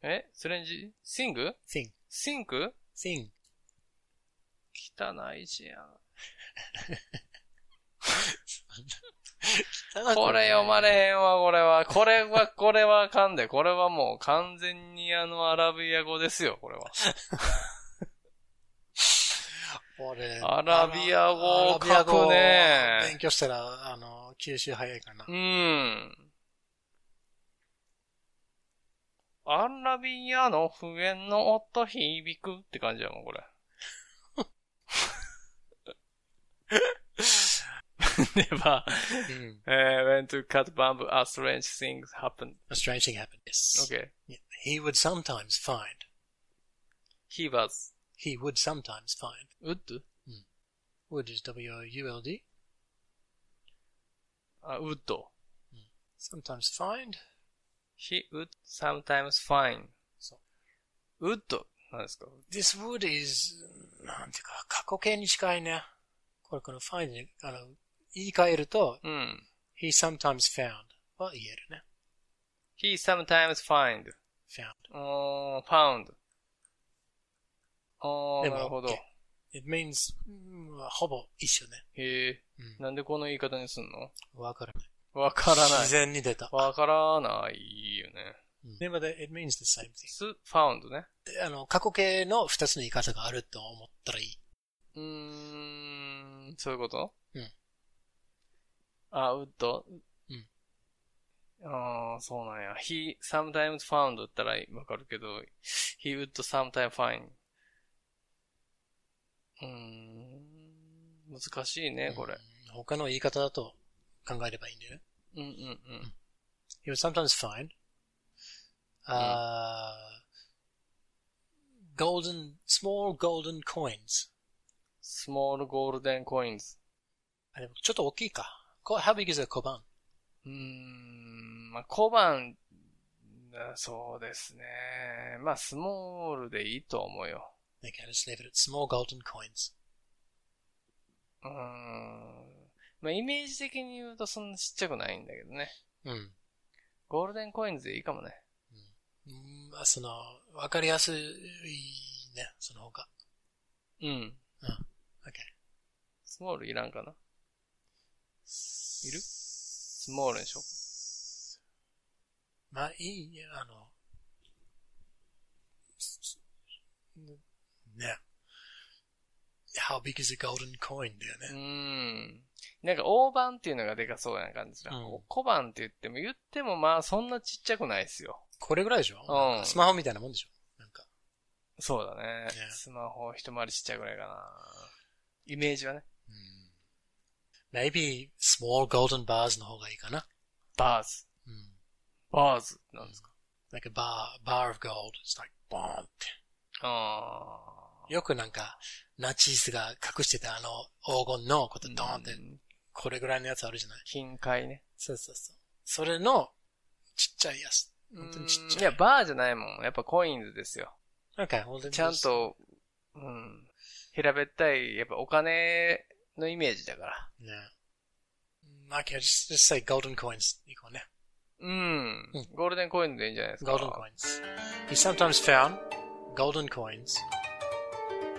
Speaker 1: えストレンジシング
Speaker 2: Thing.
Speaker 1: シンク
Speaker 2: Thing.
Speaker 1: 汚い字やん。これ読まれへんわ、これは。これは、これはあかんで。これはもう完全にあのアラビア語ですよ、これは。
Speaker 2: 俺
Speaker 1: アラビア語を書く
Speaker 2: アラビア語を勉
Speaker 1: ね。
Speaker 2: 強したら、あの、吸収早いかな
Speaker 1: う。ん。アラビアの笛の音響くって感じやもん、これ。 [LAUGHS] では、
Speaker 2: うん。
Speaker 1: えー、went to cut bamboo, a strange things happened.
Speaker 2: A strange thing happened. Yes.
Speaker 1: Okay.
Speaker 2: Yeah. He would sometimes find.
Speaker 1: He was,
Speaker 2: He would sometimes find.
Speaker 1: would?
Speaker 2: Would is W-O-U-L-D.
Speaker 1: Uh, would.
Speaker 2: Sometimes find.
Speaker 1: He would sometimes find.。
Speaker 2: そう
Speaker 1: would? 何ですか
Speaker 2: This would is, なんていうか、過去形に近いね。これ、この find に、あの、言い換えると、
Speaker 1: うん。
Speaker 2: he sometimes found は言えるね。
Speaker 1: He sometimes find.
Speaker 2: found.
Speaker 1: おー、found. お
Speaker 2: で
Speaker 1: ー、
Speaker 2: も
Speaker 1: なるほど。
Speaker 2: OK It means, うんほぼ一緒ね。
Speaker 1: へえ、
Speaker 2: う
Speaker 1: なんでこの言い方にすんの
Speaker 2: わからない。
Speaker 1: わからな
Speaker 2: 自
Speaker 1: い。
Speaker 2: 然に出た。
Speaker 1: わからないよね。
Speaker 2: でもね、it means the same thing.
Speaker 1: s, found ね。
Speaker 2: あの、過去形の二つの言い方があると思ったらいい。
Speaker 1: うーん、そういうこと
Speaker 2: うん。
Speaker 1: あ、ウッド
Speaker 2: うん。
Speaker 1: ああ、そうなんや。he sometimes found だったらわかるけど、he would sometimes find. うーん、難しいね、これ。
Speaker 2: うん他の言い方だと考えればいいんだよね。
Speaker 1: うんうんうん。
Speaker 2: He would sometimes find, uh, golden, small golden coins.
Speaker 1: small golden coins.
Speaker 2: あ、でもちょっと大きいか。こ How big is a 小判
Speaker 1: うーん、まあ、小判、あそうですね。まあ、スモールでいいと思うよ。
Speaker 2: Okay, just leave it at small golden coins.
Speaker 1: うーん。まあ、イメージ的に言うとそんなちっちゃくないんだけどね。
Speaker 2: うん。
Speaker 1: ゴールデンコインズでいいかもね。
Speaker 2: うんまあ、その、わかりやすいね、その方が。
Speaker 1: うん。
Speaker 2: OK。
Speaker 1: スモールいらんかな。る
Speaker 2: い
Speaker 1: スモールにしよう
Speaker 2: まあ、いいね、あの、すね。How big is a golden coin? だよ
Speaker 1: う
Speaker 2: ね。
Speaker 1: ん。なんか、大判っていうのがでかそうな感じだ。
Speaker 2: うん
Speaker 1: 小判って言っても、言ってもまあ、そんなちっちゃくないですよ。
Speaker 2: これぐらいでしょ
Speaker 1: うん
Speaker 2: スマホみたいなもんでしょなんか。
Speaker 1: そうだね。
Speaker 2: ね
Speaker 1: スマホ一回りちっちゃいぐらいかな。イメージはね。
Speaker 2: Maybe small golden bars の方がいいかな。
Speaker 1: バーズ。
Speaker 2: うん。
Speaker 1: バーズなんですか。
Speaker 2: Like a bar, bar of gold. It's like, boom って。
Speaker 1: ああ。
Speaker 2: よくなんか、ナチスが隠してたあの黄金のことドーンって
Speaker 1: う、ん
Speaker 2: これぐらいのやつあるじゃない
Speaker 1: 金塊ね。
Speaker 2: そうそうそう。それの、ちっちゃいやつ。本当にちっちゃい。
Speaker 1: いや、バーじゃないもん。やっぱコインズですよ。
Speaker 2: Okay, well, then
Speaker 1: ちゃん
Speaker 2: just-
Speaker 1: と、うん。平べったい、やっぱお金のイメージだから。
Speaker 2: Yeah. Mm, Okay, just, just say golden coins. いいかもね。
Speaker 1: うん
Speaker 2: うん。
Speaker 1: ゴールデンコインズでいいんじゃないですか。
Speaker 2: golden coins. He sometimes found golden coins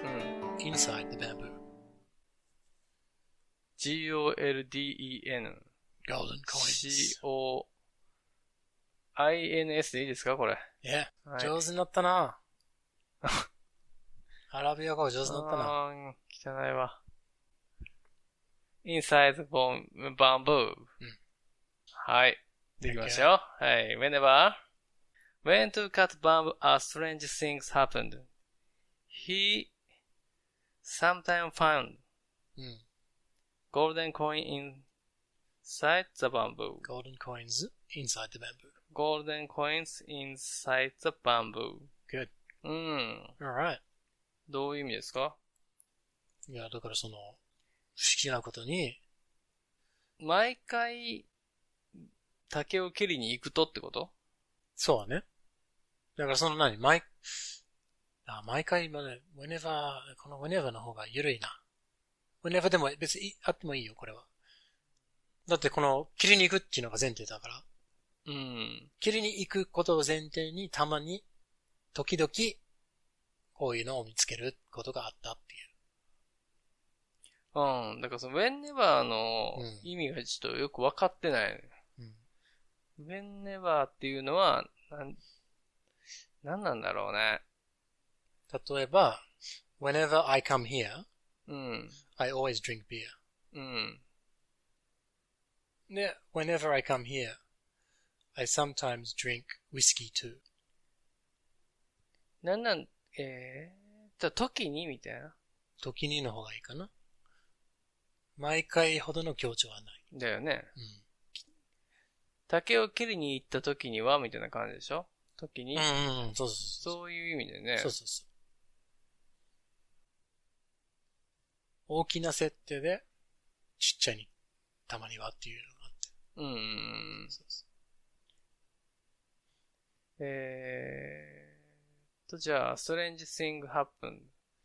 Speaker 1: うん。
Speaker 2: inside the bamboo.
Speaker 1: golden
Speaker 2: Golden coins.
Speaker 1: c-o-i-n-s でいいですかこれ。
Speaker 2: Yeah.
Speaker 1: はい
Speaker 2: 上手になった
Speaker 1: [LAUGHS]
Speaker 2: なアラビア語上手になったな。
Speaker 1: あー汚いわ。inside the bom- bamboo. はい。できましたよ。はい。whenever, when to cut bamboo, a strange things happened. He sometimes found
Speaker 2: うん。
Speaker 1: golden coin inside the bamboo.
Speaker 2: golden coins inside the bamboo.
Speaker 1: golden coins inside the bamboo.
Speaker 2: Good.
Speaker 1: うん。
Speaker 2: Alright.
Speaker 1: どういう意味ですか
Speaker 2: いや、だからその、不思議なことに、
Speaker 1: 毎回、竹を蹴りに行くとってこと
Speaker 2: そうね。だからその何毎、あ、毎回、まだ、whenever、この whenever の方が緩いな。whenever でも別にいあってもいいよ、これは。だってこの、切りに行くっていうのが前提だから、
Speaker 1: うん。
Speaker 2: 切りに行くことを前提に、たまに、時々、こういうのを見つけることがあったっていう。
Speaker 1: うん。だからその、whenever の
Speaker 2: うん
Speaker 1: 意味がちょっとよく分かってない。
Speaker 2: うん
Speaker 1: うん、whenever っていうのは、なん、なんなんだろうね。
Speaker 2: 例えば、whenever I come here,
Speaker 1: うん。
Speaker 2: I always drink beer.
Speaker 1: うん。
Speaker 2: で、whenever I come here, I sometimes drink whiskey too.
Speaker 1: なんなん、えー、じゃあ時にみたいな。
Speaker 2: 時にの方がいいかな。毎回ほどの強調はない。
Speaker 1: だよね。
Speaker 2: うん
Speaker 1: 竹を蹴りに行った時には、みたいな感じでしょ時に、
Speaker 2: うんうんうん、そうそう
Speaker 1: そういう意味でね。
Speaker 2: そう。そうそうそう。大きな設定で、ちっちゃいに、たまにはっていうのがあって。
Speaker 1: うんうんうん。
Speaker 2: そうそ
Speaker 1: えーっと、じゃあ、strange thing happened.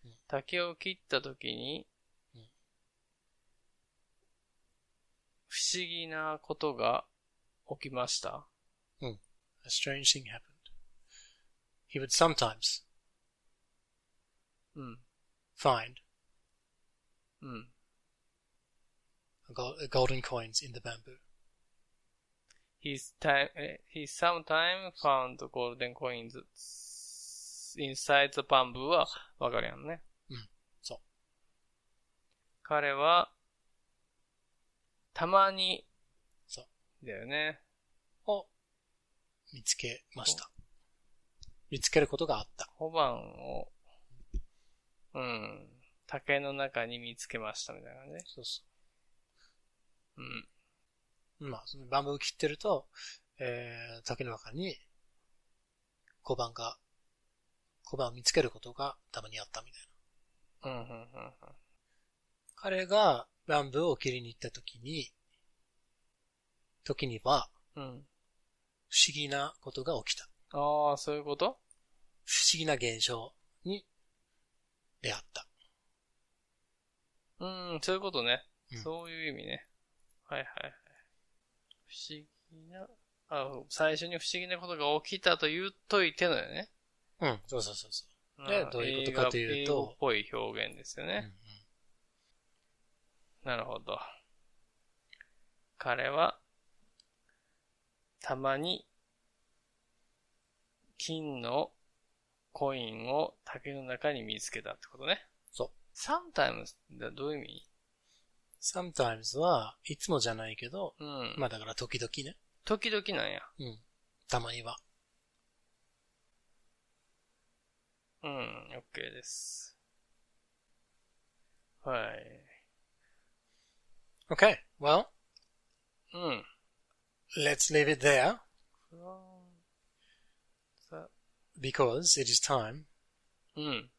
Speaker 2: うん
Speaker 1: 竹を切った時に
Speaker 2: うん、
Speaker 1: 不思議なことが起きました。
Speaker 2: う A strange thing happened. He would sometimes
Speaker 1: うん。
Speaker 2: find
Speaker 1: うん。
Speaker 2: a gol- a golden coins in the bamboo.
Speaker 1: He's time, eh, he sometime found golden coins inside the bamboo はわかるやんね。
Speaker 2: うんそう。
Speaker 1: 彼は、たまに、。
Speaker 2: そう
Speaker 1: だよね。
Speaker 2: を見つけました。見つけることがあった。
Speaker 1: 小判を、うん、竹の中に見つけましたみたいなね。
Speaker 2: そうそ
Speaker 1: うん。
Speaker 2: う。まあ、そのバンブーを切ってると、えー、竹の中に小判が、小判を見つけることがたまにあったみたいな。
Speaker 1: うん、うん、うん。
Speaker 2: 彼がバンブーを切りに行った時に、時には
Speaker 1: うんうん。
Speaker 2: 不思議なことが起きた。
Speaker 1: ああ、そういうこと
Speaker 2: 不思議な現象にであった。
Speaker 1: うん、そういうことね。
Speaker 2: うん
Speaker 1: そういう意味ね。はいはいはい。不思議な、あ、最初に不思議なことが起きたと言っといてのよね。
Speaker 2: うん、そうそうそうそう。で
Speaker 1: ん
Speaker 2: どういうことかというと
Speaker 1: 映画映画っぽい表現ですよね。
Speaker 2: うんうん
Speaker 1: なるほど。彼は、たまに、金のコインを竹の中に見つけたってことね。
Speaker 2: そう。
Speaker 1: sometimes ってどういう意味
Speaker 2: sometimes はいつもじゃないけど、
Speaker 1: うん。
Speaker 2: まあだから時々ね。
Speaker 1: 時々なんや。
Speaker 2: うん。たまには。
Speaker 1: うん、OK です。はい。
Speaker 2: Okay, well,
Speaker 1: うん。
Speaker 2: let's leave it there
Speaker 1: フランさ
Speaker 2: because it is time
Speaker 1: うん。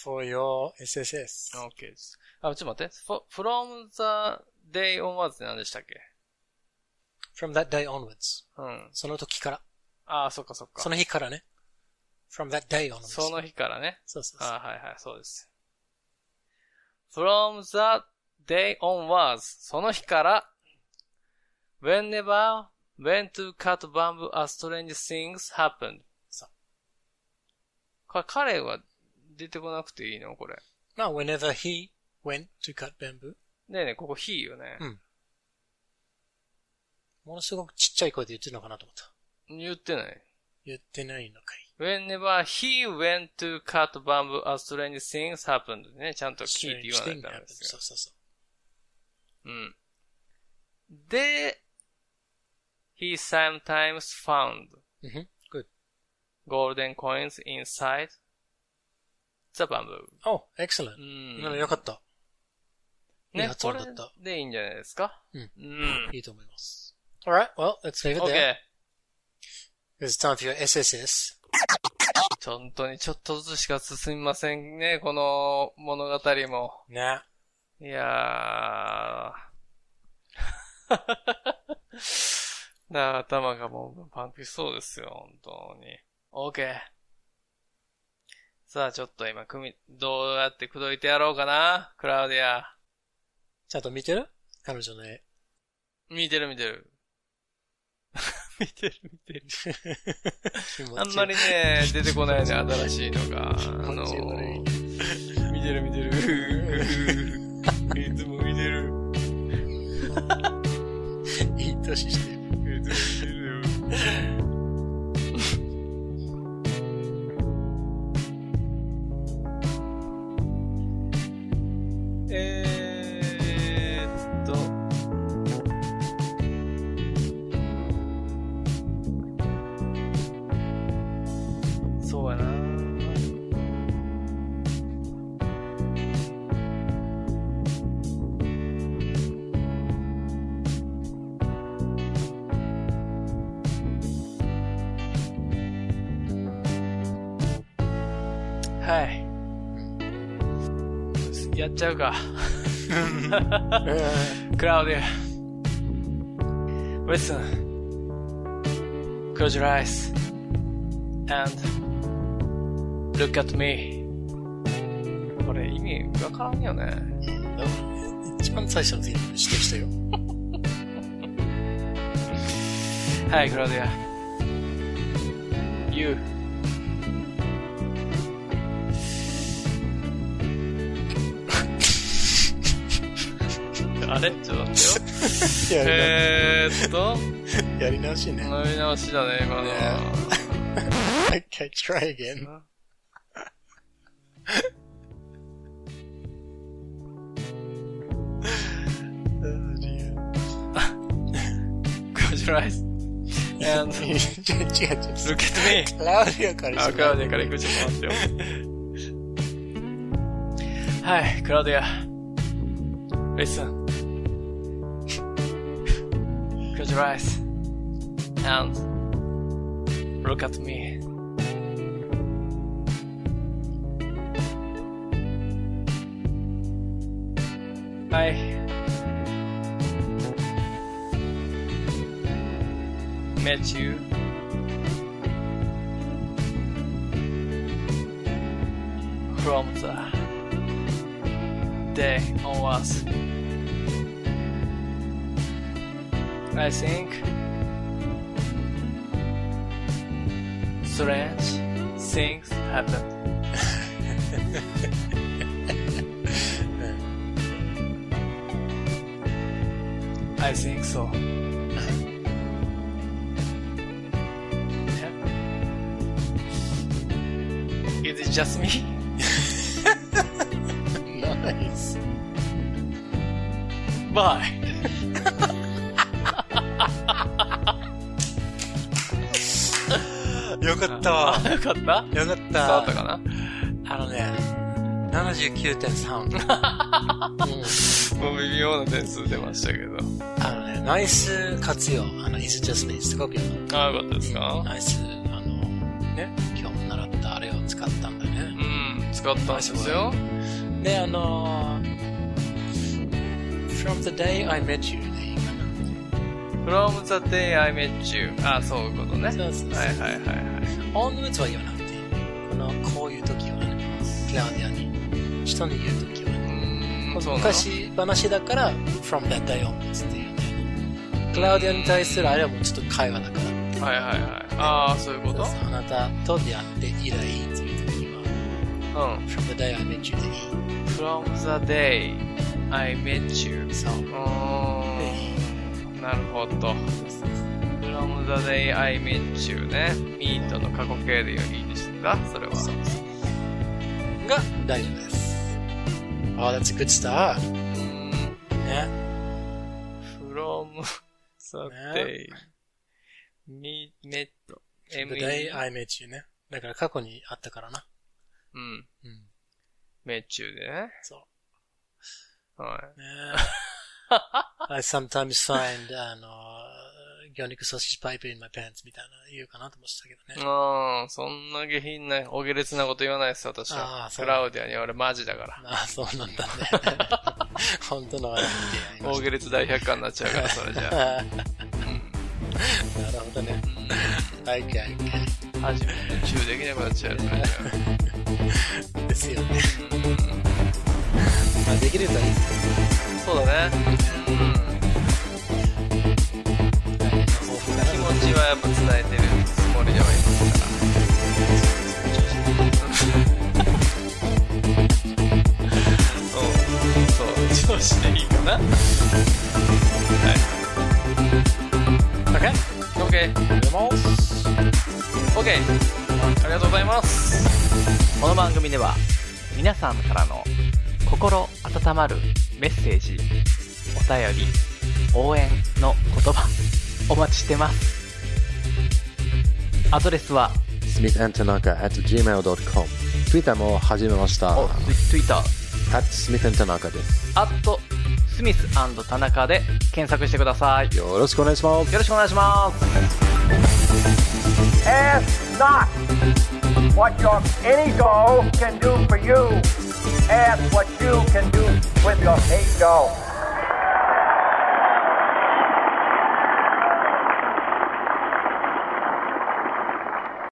Speaker 2: for your SSS.
Speaker 1: OK です。あ、ちょっと待って。フ from the day onwards って何でしたっけ
Speaker 2: from that day onwards.
Speaker 1: うん。
Speaker 2: その時から。
Speaker 1: ああ、そっかそっか。
Speaker 2: その日からね。from that day onwards.
Speaker 1: その日からね。
Speaker 2: そうそうそう。
Speaker 1: あはいはい、そうです。from the day onwards その日から whenever went to cut bamboo a strange things happened
Speaker 2: そう
Speaker 1: これ彼は出てこなくていいのこれ。
Speaker 2: まあ、whenever he went to cut bamboo.
Speaker 1: ねえねえ、ここ he よね
Speaker 2: う。んものすごくちっちゃい声で言ってるのかなと思った。
Speaker 1: 言ってない。
Speaker 2: 言ってないのかい。
Speaker 1: whenever he went to cut bamboo a strange things happened ね。ちゃんと he って言わないとダメですよ。
Speaker 2: そうそうそう。
Speaker 1: うん。で、he sometimes found
Speaker 2: うんふん Good.
Speaker 1: golden coins inside the bamboo.
Speaker 2: Oh, excellent.
Speaker 1: うん
Speaker 2: 今のよかった。いい
Speaker 1: ね、
Speaker 2: 発
Speaker 1: こ
Speaker 2: 音
Speaker 1: れ
Speaker 2: だった。
Speaker 1: でいいんじゃないですか
Speaker 2: うん。
Speaker 1: うん。
Speaker 2: いいと思います。Alright, well, let's leave it there.
Speaker 1: OK。
Speaker 2: It's time for your SSS.
Speaker 1: 本当にちょっとずつしか進みませんね、この物語も。
Speaker 2: ね。
Speaker 1: いやー。 [LAUGHS] な頭がもうパンクしそうですよ、本当に。OK。さあ、ちょっと今、組み、どうやって口説いてやろうかな、クラウディア。
Speaker 2: ちゃんと見てる彼女の
Speaker 1: [LAUGHS]
Speaker 2: 絵。
Speaker 1: 見てる見てる。見てる見てる。
Speaker 2: 気持ちいい
Speaker 1: あんまり。ね、出てこないね、新しいのが。あの
Speaker 2: 気持ち悪い
Speaker 1: [LAUGHS] 見てる見てる。いつも見てる。
Speaker 2: いい年してる。
Speaker 1: いつも見てるよ。えーっと。そうやな。はい。やっちゃうか。Claudia. Listen. Close your eyes. And look at me. これ意味わからんよね。
Speaker 2: 一番最初の全部指摘したよ。
Speaker 1: はい、Claudia. You. You. あれちょっと待ってよ。えーっと。
Speaker 2: やり直しね。
Speaker 1: 飲み直しだね、今のは。
Speaker 2: Okay, try again. 違
Speaker 1: Close your eyes.
Speaker 2: [LAUGHS]
Speaker 1: And
Speaker 2: う違う違う。
Speaker 1: look at me.
Speaker 2: クラウディアから
Speaker 1: あ、クラウディアから行くちょっと待ってよ。 [LAUGHS] はい、クラウディア。Listen. Close your eyes. And look at me. I met you from the day on Earth. I think strange things happen. [LAUGHS] I think so. Is it just me?
Speaker 2: nice.
Speaker 1: Bye.
Speaker 2: よかったわ。
Speaker 1: よかった
Speaker 2: よかっ
Speaker 1: 伝
Speaker 2: た
Speaker 1: わったかな
Speaker 2: あのね、79.3。うん
Speaker 1: もう微妙な点数出ましたけど。
Speaker 2: あのね、ナイス活用。あの、is just me. すごくよかっ
Speaker 1: ああ、よかった
Speaker 2: た
Speaker 1: ですか
Speaker 2: ナイス、あの、ね、今日も習ったあれを使ったんだ
Speaker 1: う
Speaker 2: ね。
Speaker 1: ん、使ったんですよ。
Speaker 2: で、あのー、from the day I met you でいいか
Speaker 1: from the day I met you. ああ、そういうことね。
Speaker 2: な。そうそう
Speaker 1: はいはいはいはい。
Speaker 2: onwards は言わなくていい。この、こういう時はね、クラウディアに、人に言う時はね。
Speaker 1: うーん、そうなの
Speaker 2: 昔話だから、from that day onwards っていうんだよね。クラウディアに対するあれはもうちょっと会話だから。
Speaker 1: はいはいはい。ああ、そういうこと
Speaker 2: あなたと出会って以来っていう時には、
Speaker 1: うん。
Speaker 2: from the day I met you でいい。
Speaker 1: from the day I met you.
Speaker 2: そう。
Speaker 1: うーん。なるほど。from the day I met you ね。meet の過去形でいいですかそれは。
Speaker 2: そうが大丈夫です。Oh, that's a good start.
Speaker 1: うーん
Speaker 2: ね。
Speaker 1: from [LAUGHS] Saturday. Me, met,
Speaker 2: The
Speaker 1: m
Speaker 2: day I met you ね。だから過去にあったからな。
Speaker 1: うん。
Speaker 2: うん。
Speaker 1: met you でね。
Speaker 2: そ
Speaker 1: は [LAUGHS]
Speaker 2: う。ね I sometimes find, あの、魚肉ソーセージパイプ in my pants みたいな言うかなと思ってたけ
Speaker 1: い。
Speaker 2: どね。
Speaker 1: うん、そんな下品な、お下劣なこと言わないです、私
Speaker 2: あ
Speaker 1: は
Speaker 2: ー。そ
Speaker 1: ク
Speaker 2: う
Speaker 1: ラウディアに俺マジだから。
Speaker 2: ああ、そうなんだね。
Speaker 1: [LAUGHS]
Speaker 2: 本当の笑い
Speaker 1: 大
Speaker 2: に出会いまし
Speaker 1: 下劣大百科になっちゃうから、それじゃあ。
Speaker 2: [LAUGHS] た。なるほどね。OK, OK.
Speaker 1: 初めてチューできなくなっちゃうからじゃ
Speaker 2: ですよね。
Speaker 1: あ。うん
Speaker 2: まあ、できればいいです
Speaker 1: そうだね。うん。気持
Speaker 2: けど、ね、抱負から
Speaker 1: ちはやっぱ伝えてるつもりではいますから。うん、そう、調子でいいかな。はい。OK?OK。OK。ありがとうございます。
Speaker 4: この番組では皆さんからの心温まるメッセージお便り応援の言葉お待ちしてますアドレスは
Speaker 8: smithandtanaka at gmail.com ツイッターも始めました
Speaker 4: お Twitter
Speaker 8: at smithandtanaka です
Speaker 4: アットスミス田中で検索してくださいよ
Speaker 8: よろしくお願いします
Speaker 4: ろしくお願いします
Speaker 6: Ask not what your any doll can do for you. Ask what you can do with your hate doll.